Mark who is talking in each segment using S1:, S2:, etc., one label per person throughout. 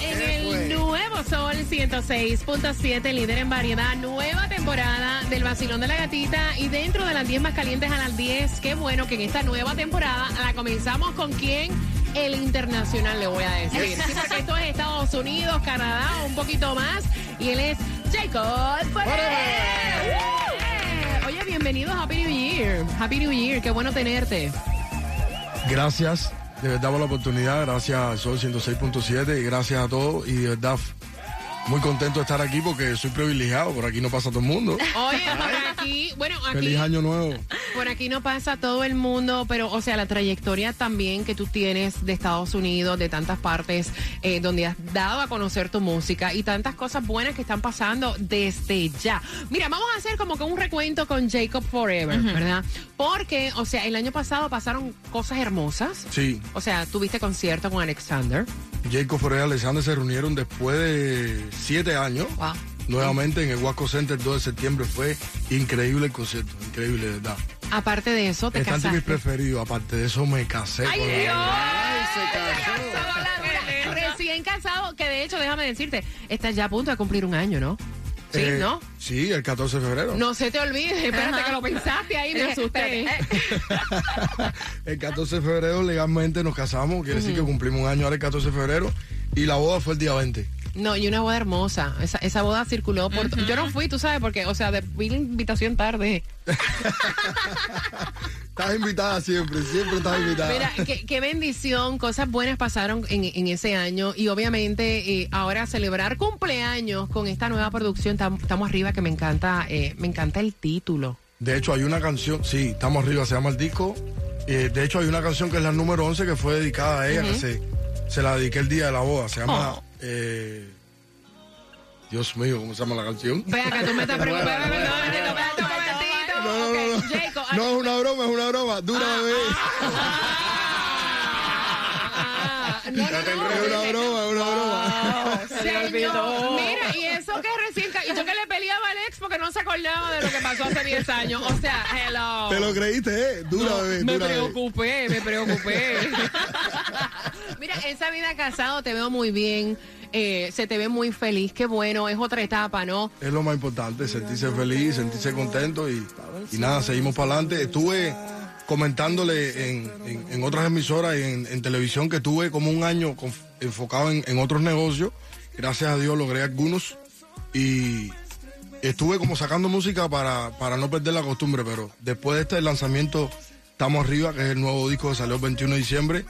S1: En el nuevo Sol 106.7, líder en variedad, nueva temporada del Basilón de la Gatita y dentro de las 10 más calientes a las 10, qué bueno que en esta nueva temporada la comenzamos con quién? El internacional, le voy a decir. Sí, porque esto es Estados Unidos, Canadá, un poquito más. Y él es Jacob Forever. ¡Uh! Oye, bienvenidos a Happy New Year. Happy New Year, qué bueno tenerte.
S2: Gracias, de verdad por la oportunidad, gracias a Sol 106.7 y gracias a todos y de verdad f- muy contento de estar aquí porque soy privilegiado, por aquí no pasa todo el mundo.
S1: Oye, por aquí, bueno, aquí.
S2: Feliz año nuevo.
S1: Por aquí no pasa todo el mundo, pero, o sea, la trayectoria también que tú tienes de Estados Unidos, de tantas partes eh, donde has dado a conocer tu música y tantas cosas buenas que están pasando desde ya. Mira, vamos a hacer como que un recuento con Jacob Forever, ¿verdad? Porque, o sea, el año pasado pasaron cosas hermosas.
S2: Sí,
S1: O sea, tuviste concierto con Alexander.
S2: Jacob Ferrer y Alexander se reunieron después de siete años.
S1: Wow.
S2: Nuevamente en el Huasco Center el 2 de septiembre fue increíble el concierto, increíble de verdad.
S1: Aparte de eso, te
S2: Están entre mis
S1: casaste.
S2: preferidos, aparte de eso me casé.
S1: ¡Ay,
S2: con la-
S1: Dios!
S2: se casó.
S1: Mira, Recién casado, que de hecho, déjame decirte, estás ya a punto de cumplir un año, ¿no? Sí,
S2: Eh,
S1: ¿no?
S2: Sí, el 14 de febrero.
S1: No se te olvide, espérate que lo pensaste ahí,
S2: Eh,
S1: me asusté.
S2: El 14 de febrero legalmente nos casamos, quiere decir que cumplimos un año ahora el 14 de febrero y la boda fue el día 20.
S1: No, y una boda hermosa. Esa, esa boda circuló por... to- Yo no fui, tú sabes, porque, o sea, de, vi la invitación tarde.
S2: Estás invitada siempre, siempre estás invitada.
S1: Mira, qué, qué bendición, cosas buenas pasaron en, en ese año y obviamente eh, ahora celebrar cumpleaños con esta nueva producción, tam- estamos arriba, que me encanta, eh, me encanta el título.
S2: De hecho, hay una canción, sí, estamos arriba, se llama el disco. Eh, de hecho, hay una canción que es la número 11 que fue dedicada a ella, que se, se la dediqué el día de la boda. Se llama...
S1: Oh.
S2: eh, Dios mío, ¿cómo se llama la canción?
S1: Ve acá, tú me estás preocupando. No, espérate un momentito. Ok, Jacob, ah,
S2: No, es una broma, es una broma. Dura, bebé.
S1: ah, no, no,
S2: Ya te
S1: no,
S2: enredé, una broma, es una broma.
S1: señor, Mira, y eso que recién. ca- Y yo que le peleaba al ex porque no se acordaba de lo que pasó hace 10 años. O sea, hello.
S2: Te lo creíste, ¿eh? Dura, bebé,
S1: me
S2: dura, bebé.
S1: preocupé, me preocupé. Mira, esa vida casado te veo muy bien. eh, se te ve muy feliz. Qué bueno, es otra etapa, ¿no?
S2: Es lo más importante, sentirse feliz, sentirse contento y, y nada, seguimos para adelante. Estuve comentándole en, en- en otras emisoras y en, en televisión que estuve como un año con- enfocado en, en otros negocios. Gracias a Dios logré algunos y estuve como sacando música para, para no perder la costumbre, pero después de este lanzamiento Estamos Arriba, que es el nuevo disco que salió el 21 de diciembre,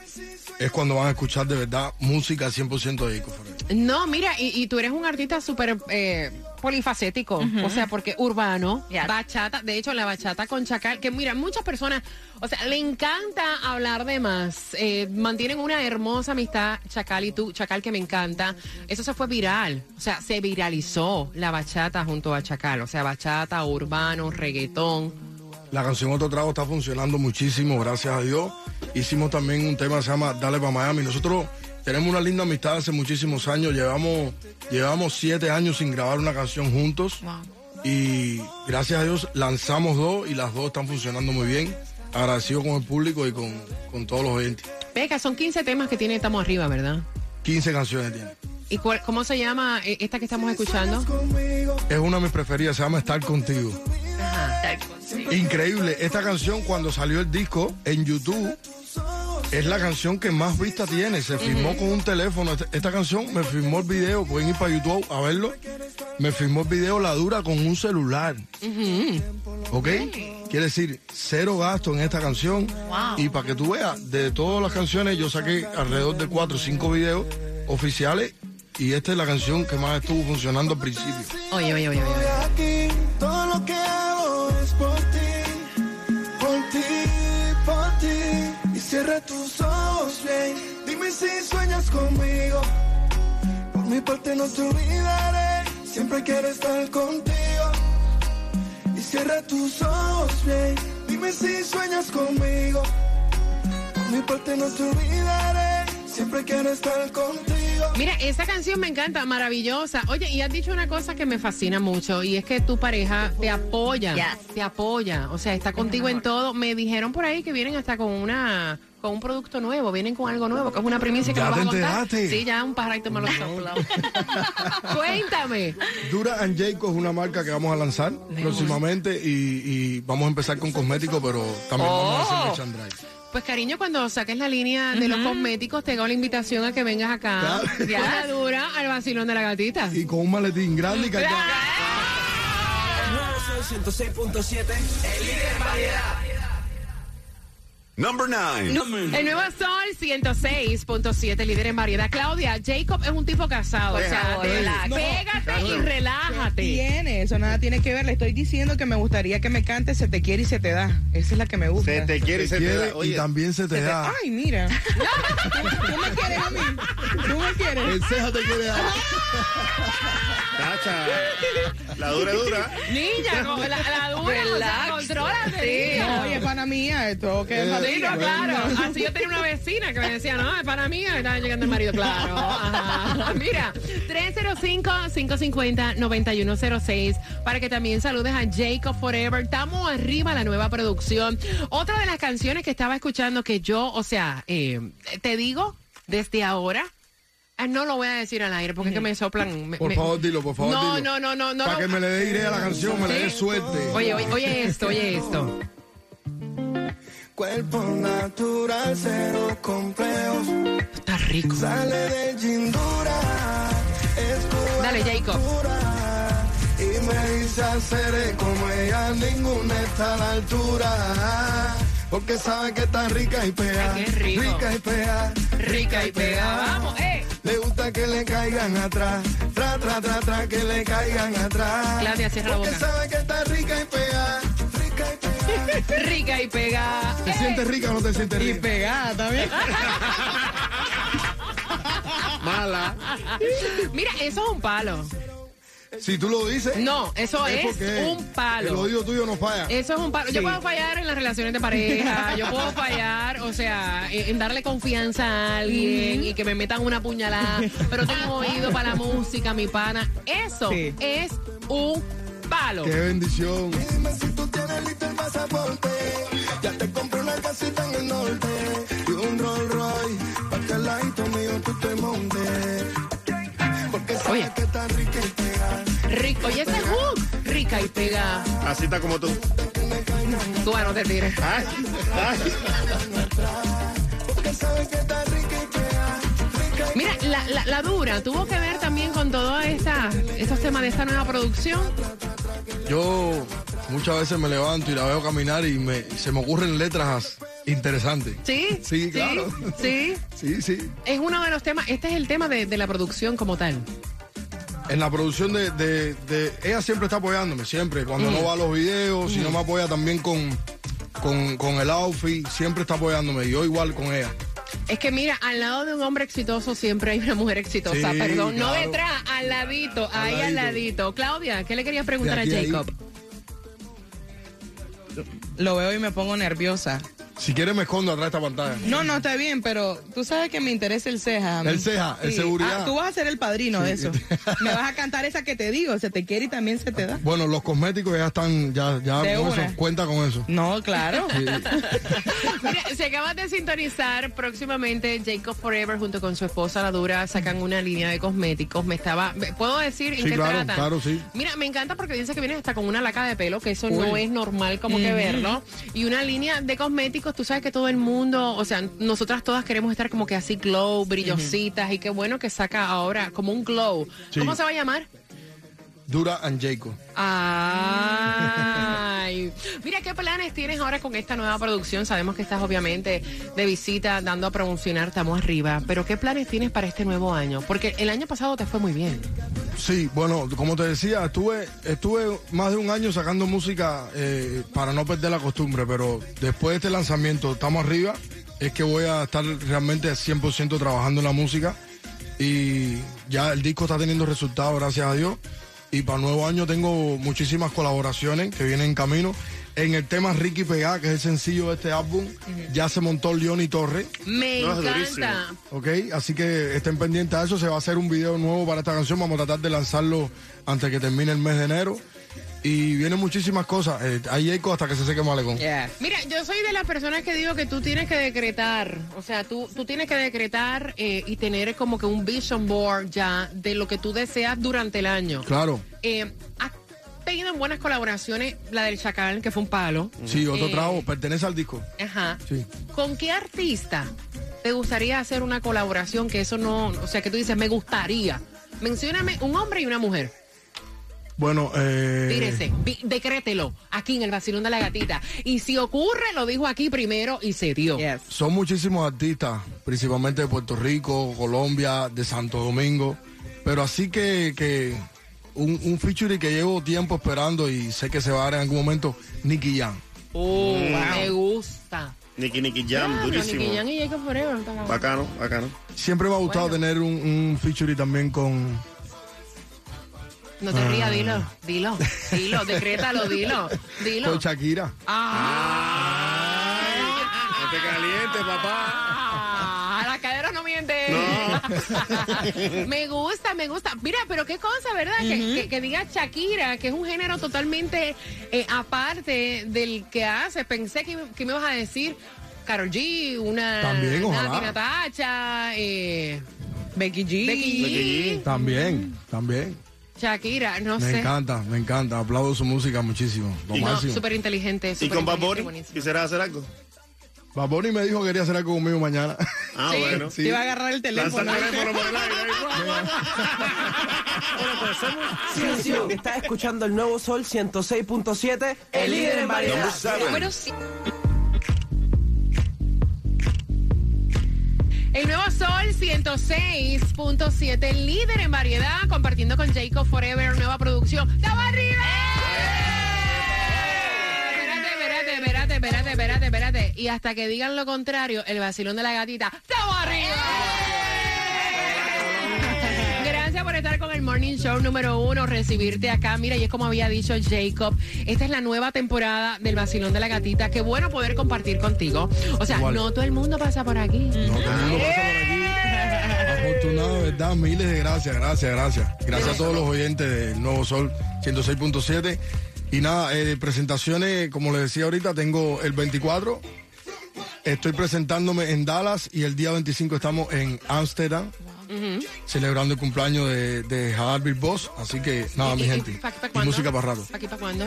S2: es cuando van a escuchar de verdad música 100% de Disco Forever.
S1: No, mira, y, y tú eres un artista súper eh, polifacético, o sea, porque urbano,
S3: Yes.
S1: bachata, de hecho la bachata con chacal, que mira, muchas personas, o sea, le encanta hablar de más, eh, mantienen una hermosa amistad, chacal y tú, chacal que me encanta, eso se fue viral, o sea, se viralizó la bachata junto a chacal, o sea, bachata, urbano, reggaetón.
S2: La canción Otro Trago está funcionando muchísimo, gracias a Dios. Hicimos también un tema que se llama Dale pa' Miami. Nosotros tenemos una linda amistad hace muchísimos años. Llevamos, llevamos siete años sin grabar una canción juntos. Y gracias a Dios lanzamos dos y las dos están funcionando muy bien. Agradecido con el público y con, con todos los oyentes.
S1: Peca, son 15 temas que tiene Estamos Arriba, ¿verdad?
S2: 15 canciones tiene.
S1: ¿Y cuál- cómo se llama eh, esta que estamos escuchando?
S2: Es una de mis preferidas, se llama Estar Contigo. Increíble. Esta canción, cuando salió el disco en YouTube, es la canción que más vista tiene. Se filmó con un teléfono. Esta, esta canción me filmó el video. Pueden ir para YouTube a verlo. Me filmó el video La Dura con un celular. ¿Ok? Quiere decir, cero gasto en esta canción. Y para que tú veas, de todas las canciones, yo saqué alrededor de cuatro o cinco videos oficiales. Y esta es la canción que más estuvo funcionando al principio.
S1: Oye, oye, oye, oye. oye.
S4: aquí, todo lo que hago es por ti, por ti, por ti. Y cierra tus ojos bien, dime y si sueñas conmigo, por mi parte no te olvidaré. Siempre quiero estar contigo. Y cierra tus ojos bien. Dime si sueñas conmigo. Por mi parte no te olvidaré. Siempre quiero estar contigo.
S1: Mira, esa canción me encanta, maravillosa. Oye, y has dicho una cosa que me fascina mucho y es que tu pareja te apoya,
S3: Yes.
S1: te apoya, o sea, está contigo en todo. Me dijeron por ahí que vienen hasta con una con un producto nuevo, vienen con algo nuevo, que es una primicia que
S2: Ya
S1: me vas
S2: te
S1: a contar.
S2: enteraste.
S1: Sí, ya un pajarito me lo sopló. Cuéntame.
S2: Dura and Jayco es una marca que vamos a lanzar próximamente y, y vamos a empezar con cosméticos, pero también vamos a
S1: Oh.
S2: hacer merchandise.
S1: Pues cariño, cuando saques la línea de los cosméticos, te hago la invitación a que vengas acá.
S2: Claro.
S1: Ya la dura al vacilón de la gatita.
S2: Y con un maletín grande y cargado.
S5: Nuevo Sol 106.7, el líder en variedad.
S6: Number nine.
S1: El nuevo Sol 106.7, líder en variedad. Claudia, Jacob es un tipo casado.
S3: Por
S1: o sea,
S3: favor,
S1: de-
S3: Pues, relax.
S1: pégate y relájate.
S7: Tiene, eso nada tiene que ver. Le estoy diciendo que me gustaría que me cante Se te quiere y se te da. Esa es la que me gusta.
S8: Se te quiere y se te
S2: Quiere
S8: da.
S2: y
S8: Oye,
S2: también se te da.
S7: Ay, mira. ¿Tú, tú me quieres a mí. Tú me quieres.
S2: El ceja te quiere dar.
S8: Tacha, la dura dura.
S1: Niña, con la, la dura, o sea,
S3: Relax.
S1: contrólate. niña.
S7: Oye, pana mía, esto que es
S1: Sí, no, claro. Así yo tenía una vecina que me decía, no, es para mí, estaba llegando el marido, claro. Ajá. Mira, 305-550-9106, para que también saludes a Jacob Forever. Estamos arriba la nueva producción. Otra de las canciones que estaba escuchando que yo, o sea, eh, te digo, desde ahora. ah, No lo voy a decir al aire porque es que me soplan. me-
S2: Por
S1: me-
S2: favor, dilo, por favor.
S1: No,
S2: dilo.
S1: no, no, no, no.
S2: Para
S1: lo-
S2: que me le dé idea a la canción, me le dé
S1: Sí.
S2: suerte.
S1: Oye, oye, oye esto, oye esto.
S4: Cuerpo natural, cero complejos.
S1: Está rico.
S4: Sale de Gindura, es pura
S1: Dale, Jacob.
S4: pura. Y me dice hacer como ella, ninguna está a la altura. Porque sabe que está rica y pea.
S1: Ay, Ah, qué rico.
S4: Rica y pea.
S1: Rica y pegada. Vamos, eh.
S4: Le gusta que le caigan atrás. Tra, tra, tra, tra, que le caigan atrás.
S1: Claudia, cierra la
S4: Porque
S1: boca.
S4: sabe que está rica y pea. Rica y pea.
S1: Rica y pegada.
S2: ¿Te sientes rica o no te sientes
S7: Y
S2: rica?
S7: pegada también.
S8: Mala.
S1: Eh, Mira, eso es un palo.
S2: Si tú lo dices,
S1: No, eso
S4: ¿Eh?
S1: es,
S2: porque
S1: un
S2: El
S1: palo.
S2: odio tuyo no falla.
S1: Eso es un palo. Yo puedo fallar en las relaciones de pareja, yo puedo fallar, o sea, en, en darle confianza a alguien y que me metan una puñalada, pero tengo oído para la música, mi pana. Eso
S7: Sí.
S1: es un palo.
S2: Qué bendición.
S4: Dime si tú tienes listo el pasaporte. Ya te compré una casita en el norte. Y un Rolls Royce. Para que al ladito mío tú te montes. Porque sabe
S1: Oye.
S4: que está rica y pega.
S1: Rico. Y ese hook, rica y pega.
S8: Así está como tú.
S1: Tú ah, no te tires.
S8: Ay, ay.
S4: Porque sabe que está rica y pega.
S1: Mira, la, la- la dura tuvo que ver también con todos estos temas de esta nueva producción.
S2: Yo muchas veces me levanto y la veo caminar y me, se me ocurren letras interesantes.
S1: ¿Sí?
S2: Sí, claro.
S1: Sí.
S2: Sí, sí.
S1: Es uno de los temas, este es el tema de, de la producción como tal.
S2: En la producción de, de- de- Ella siempre está apoyándome, siempre. Cuando no va a los videos, si no me apoya también con, con, con el outfit, siempre está apoyándome. y Yo igual con ella.
S1: Es que mira, al lado de un hombre exitoso siempre hay una mujer exitosa,
S2: Sí,
S1: perdón. No
S2: claro.
S1: detrás, al ladito, ahí al
S2: ladito.
S1: ladito. Claudia, ¿qué le querías preguntar a
S2: De aquí a ahí.
S1: Jacob?
S7: Lo veo y me pongo nerviosa.
S2: Si quieres me escondo atrás de esta pantalla.
S7: No, no, está bien, pero tú sabes que me interesa el ceja. a mí.
S2: El ceja, el seguridad.
S7: Ah, tú vas a ser el padrino de eso. me vas a cantar esa que te digo, se te quiere y también se te da.
S2: Bueno, los cosméticos ya están, ya, ya
S7: De
S2: con
S7: una.
S2: eso, cuenta con eso.
S7: No, claro.
S1: Mira, se acaban de sintonizar próximamente Jacob Forever junto con su esposa La Dura sacan una línea de cosméticos. Me estaba, ¿puedo decir en
S2: Sí,
S1: qué
S2: claro,
S1: tratan?
S2: claro, sí.
S1: Mira, me encanta porque dice que vienes hasta con una laca de pelo, que eso no es normal como que verlo. Y una línea de cosméticos, tú sabes que todo el mundo, o sea, nosotras todas queremos estar como que así glow, brillositas, y qué bueno que saca ahora como un glow.
S2: Sí.
S1: ¿Cómo se va a llamar?
S2: Dura and Jacob.
S1: Ay, mira qué planes tienes ahora con esta nueva producción. Sabemos que estás obviamente de visita, dando a promocionar, estamos arriba. Pero qué planes tienes para este nuevo año? Porque el año pasado te fue muy bien.
S2: Sí, bueno, como te decía, estuve, estuve más de un año sacando música eh, para no perder la costumbre, pero después de este lanzamiento estamos arriba. es que voy a estar realmente al 100% trabajando en la música y ya el disco está teniendo resultados, gracias a Dios. Y para el nuevo año tengo muchísimas colaboraciones que vienen en camino. En el tema Ricky Pegá, que es el sencillo de este álbum, ya se montó Leoni Torres,
S1: Me
S8: No, es
S1: encanta.
S8: durísimo.
S2: ¿ok? Así que estén pendientes a eso. Se va a hacer un video nuevo para esta canción. Vamos a tratar de lanzarlo antes que termine el mes de enero. Y vienen muchísimas cosas. Eh, hay eco hasta que se seque Malecón.
S7: Yes.
S1: Mira, yo soy de las personas que digo que tú tienes que decretar, o sea, tú, tú tienes que decretar eh, y tener como que un vision board ya de lo que tú deseas durante el año.
S2: Claro.
S1: Eh, has tenido buenas colaboraciones, la del Chacal, que fue un palo.
S2: Sí, otro
S1: Eh,
S2: trago. Pertenece al disco.
S1: Ajá.
S2: Sí.
S1: ¿Con qué artista te gustaría hacer una colaboración que eso no, o sea, que tú dices, me gustaría? Mencióname un hombre y una mujer.
S2: Bueno, eh.
S1: Tírese, vi- decrételo aquí en el vacilón de la gatita. Y si ocurre, lo dijo aquí primero y se dio.
S7: Yes.
S2: Son muchísimos artistas, principalmente de Puerto Rico, Colombia, de Santo Domingo. Pero así que, que un, un featuring que llevo tiempo esperando y sé que se va a dar en algún momento, Nicky Jam.
S1: Oh, me gusta.
S8: Nicky Nicky Jam,
S1: Claro,
S8: durísimo.
S1: Nicky Jam y Jacob Forever.
S8: Bacano, bacano.
S2: Siempre me ha gustado
S1: Bueno.
S2: tener un, un featuring también con...
S1: No te rías, dilo, dilo, dilo, decrétalo, dilo, dilo. Ah.
S2: Con Shakira.
S8: No te calientes, papá.
S1: Ah, la cadera no miente. me gusta, me gusta. Mira, pero qué cosa, ¿verdad? Que- que, que diga Shakira, que es un género totalmente eh, aparte del que hace. Pensé que, que me ibas a decir Karol G, una
S2: También, ojalá.
S1: Nati Natacha, eh,
S7: Becky G.
S1: Becky
S8: Becky
S1: G,
S2: También, también.
S1: Shakira, no
S2: Me
S1: sé.
S2: encanta, me encanta. Aplaudo su música muchísimo. Lo
S1: No,
S2: máximo.
S1: súper inteligente.
S8: ¿Y con Bad
S1: superinteligente,
S8: Bunny?
S1: buenísimo.
S8: ¿Quisieras hacer algo?
S2: Bad Bunny me dijo que quería hacer algo conmigo mañana.
S8: Ah,
S1: Sí.
S8: bueno.
S2: Sí.
S7: Te iba a agarrar el
S8: Lanza el
S7: teléfono.
S8: teléfono por el aire. Bueno, pues hacemos.
S5: Estás escuchando el nuevo Sol 106.7, el líder en variedad.
S8: Number seven.
S1: Número sí- El nuevo Sol 106.7, líder en variedad, compartiendo con Jacob Forever, nueva producción. ¡Daba River! Espérate, espérate, espérate, espérate, espérate, espérate. Y hasta que digan lo contrario, el vacilón de la gatita. ¡Daba
S2: ¡Eh!
S1: River! Gracias por estar con el Morning Show número uno, recibirte acá. Mira, y es como había dicho Jacob, esta es la nueva temporada del vacilón de la gatita. Qué bueno poder compartir contigo. O sea,
S2: Igual.
S1: no todo el mundo pasa por aquí.
S2: No, todo el mundo pasa por aquí. Afortunado, de ¿verdad? Miles de gracias, gracias, gracias. Gracias a todos los oyentes del Nuevo Sol 106.7. Y nada, eh, presentaciones, como les decía ahorita, tengo el 24. Estoy presentándome en Dallas y el día 25 estamos en Ámsterdam. Celebrando el cumpleaños de, de Jadar Bill Boss, así que nada, mi
S1: ¿Y- y-
S2: gente.
S1: y pa' aquí, pa'
S2: y
S1: cuándo?
S2: música para rato.
S1: ¿Pa' aquí, pa' cuándo?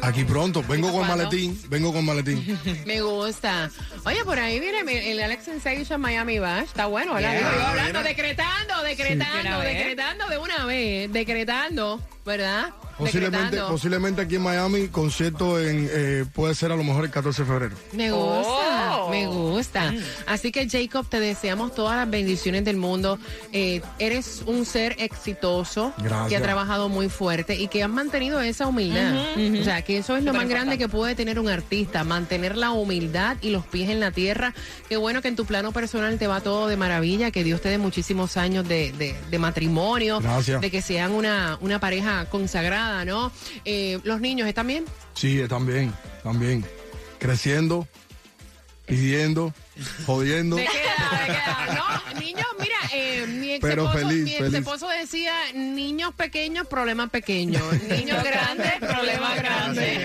S2: Aquí pronto, vengo con
S1: cuándo?
S2: maletín, vengo con maletín.
S1: Me gusta. Oye, por ahí viene mi- el Alex Sensation Miami Bash. Está bueno, ¿verdad?
S7: Yeah.
S1: Estoy hablando,
S8: Bueno.
S1: decretando, decretando,
S7: Quiero ver.
S1: decretando de una vez, decretando, ¿verdad?
S2: Posiblemente,
S1: Decretando.
S2: posiblemente aquí en Miami, concierto en, eh, puede ser a lo mejor el 14 de febrero.
S1: Me gusta,
S7: Oh.
S1: me gusta. Así que Jacob, te deseamos todas las bendiciones del mundo. Eh, eres un ser exitoso que ha
S2: Gracias.
S1: trabajado muy fuerte y que has mantenido esa humildad. O sea, que eso es lo
S7: Súper
S1: más grande que
S7: importante.
S1: puede tener un artista, mantener la humildad y los pies en la tierra. Qué bueno que en tu plano personal te va todo de maravilla, que Dios te dé muchísimos años de, de- de matrimonio,
S2: Gracias.
S1: de que sean una, una pareja consagrada, ¿no? Eh, los niños están bien.
S2: Sí, eh, también, también. Creciendo, pidiendo, jodiendo.
S1: Te queda, te queda. No, niños, mira, eh, mi ex
S2: Pero
S1: esposo,
S2: feliz,
S1: mi ex
S2: feliz.
S1: esposo decía, niños pequeños, problemas pequeños. Niños grandes, problemas grandes.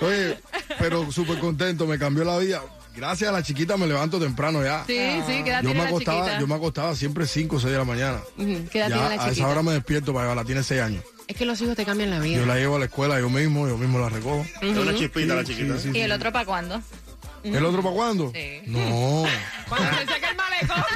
S2: Oye, pero súper contento, me cambió la vida. Gracias a la chiquita me levanto temprano ya.
S1: Sí, sí, quédate
S2: Yo
S1: en
S2: me,
S1: la
S2: acostaba,
S1: chiquita.
S2: yo me acostaba siempre 5 o 6 de la mañana.
S1: Ujú, ¿qué edad tiene
S2: Ya,
S1: la
S2: a esa
S1: chiquita?
S2: hora me despierto para llevarla, tiene 6 años.
S1: Es que los hijos te cambian la vida.
S2: Yo la llevo a la escuela yo mismo, yo mismo la recojo.
S8: Es una chispita la chiquita.
S2: Sí, sí,
S3: ¿Y el otro para cuándo?
S2: ¿El otro para cuándo?
S3: Sí.
S2: No.
S1: Cuando se saca el malecón.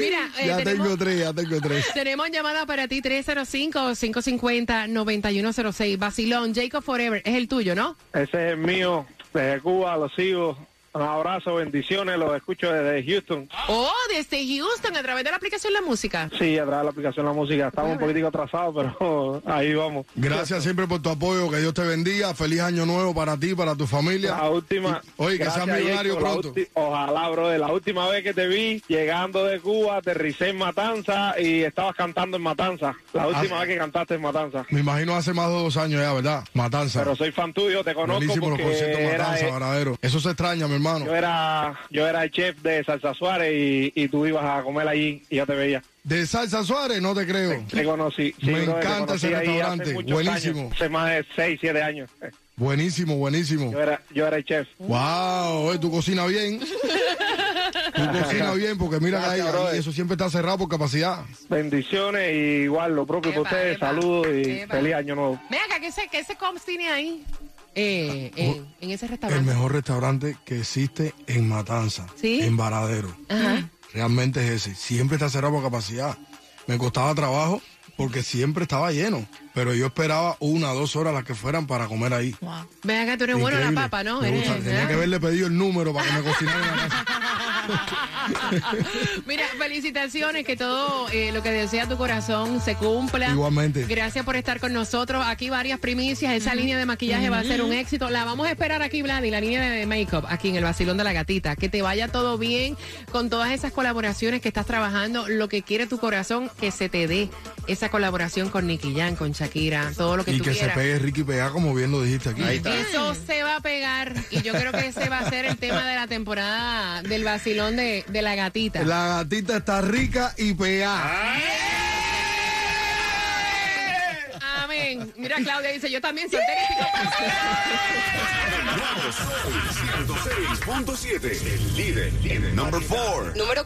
S1: Mira, eh,
S2: Ya
S1: tenemos-
S2: tengo tres, ya tengo tres.
S1: Tenemos llamada para ti, 305-550-9106. Basilón, Jacob Forever, es el tuyo, ¿no?
S6: Ese es el mío, desde Cuba, lo sigo.
S3: Un abrazo, bendiciones, los escucho desde Houston.
S1: Oh, desde Houston, a través de la aplicación La Música.
S3: Sí, atrás de la aplicación de la música. Estamos un poquitico atrasados, pero ahí vamos.
S2: Gracias siempre por tu apoyo, que Dios te bendiga. Feliz año nuevo para ti, para tu familia.
S3: La última.
S2: Y- oye, que seas
S3: gracias,
S2: millonario
S3: Jacob, la
S2: pronto.
S3: ulti- Ojalá, bro. La última vez que te vi llegando de Cuba, aterricé en Matanza y estabas cantando en Matanza.
S2: Ah.
S3: La última vez que cantaste en Matanza.
S2: Me imagino hace más de dos años ya, ¿verdad? Matanza.
S3: Pero soy fan tuyo, te conozco
S2: Buenísimo los
S3: porque
S2: conciertos
S3: era,
S2: Matanza, Varadero. Eso se extraña, mi hermano.
S3: yo era yo era el chef de Salsa Suárez y, y tú ibas a comer allí y ya te veía.
S2: De Salsa Suárez, no te creo.
S3: Te conocí. Sí,
S2: Me
S3: brother, te
S2: encanta ese
S3: conocí ahí hace
S2: restaurante,
S3: muchos
S2: buenísimo.
S3: años, hace más de 6, 7 años.
S2: Buenísimo, buenísimo.
S3: Yo era, yo era el chef.
S2: Wow, eh, tú cocinas bien. Tú cocinas bien, porque mira que ahí,
S3: Gracias, brother.
S2: ahí eso siempre está cerrado por capacidad.
S3: Bendiciones y igual lo propio para
S1: Epa,
S3: ustedes.
S1: epa,
S3: Saludos y
S1: epa.
S3: feliz año nuevo.
S1: Ven acá, ¿qué se, qué se comes tiene ahí? Eh,
S2: Oh.
S1: eh, en ese
S2: El
S1: restaurante.
S2: mejor restaurante que existe en Matanza,
S1: Sí.
S2: en Varadero.
S1: Ajá.
S2: Realmente es ese. Siempre está cerrado por capacidad. Me costaba trabajo porque siempre estaba lleno. Pero yo esperaba una o dos horas las que fueran para comer ahí.
S1: Ven acá, tú eres bueno en la
S2: Increíble.
S1: papa, ¿no? Eh,
S2: Me
S1: Eres-
S2: gusta. Tenía
S1: ¿verdad?
S2: que haberle pedido el número para que me cocinaran en la casa.
S1: Mira, felicitaciones, que todo eh, lo que desea tu corazón se cumpla.
S2: Igualmente.
S1: Gracias por estar con nosotros. Aquí varias primicias. Esa línea de maquillaje va a ser un éxito. La vamos a esperar aquí, Vladi, la línea de make-up, aquí en el Basilón de la Gatita. Que te vaya todo bien con todas esas colaboraciones que estás trabajando. Lo que quiere tu corazón, que se te dé esa colaboración con Nicky Jam, con Shakira, todo lo que
S2: Y
S1: tú
S2: que se
S1: quieras.
S2: pegue Ricky Pegá, como bien lo dijiste aquí.
S8: Ahí está.
S1: Eso se va a pegar y yo creo que ese va a ser el tema de la temporada del vacilón de, de la gatita.
S2: La gatita está rica y pegada.
S1: Amén. Mira, Claudia dice, yo también soltera y psicopata.
S6: Nuevo Sol 106.7. El líder, el number 4.
S9: Número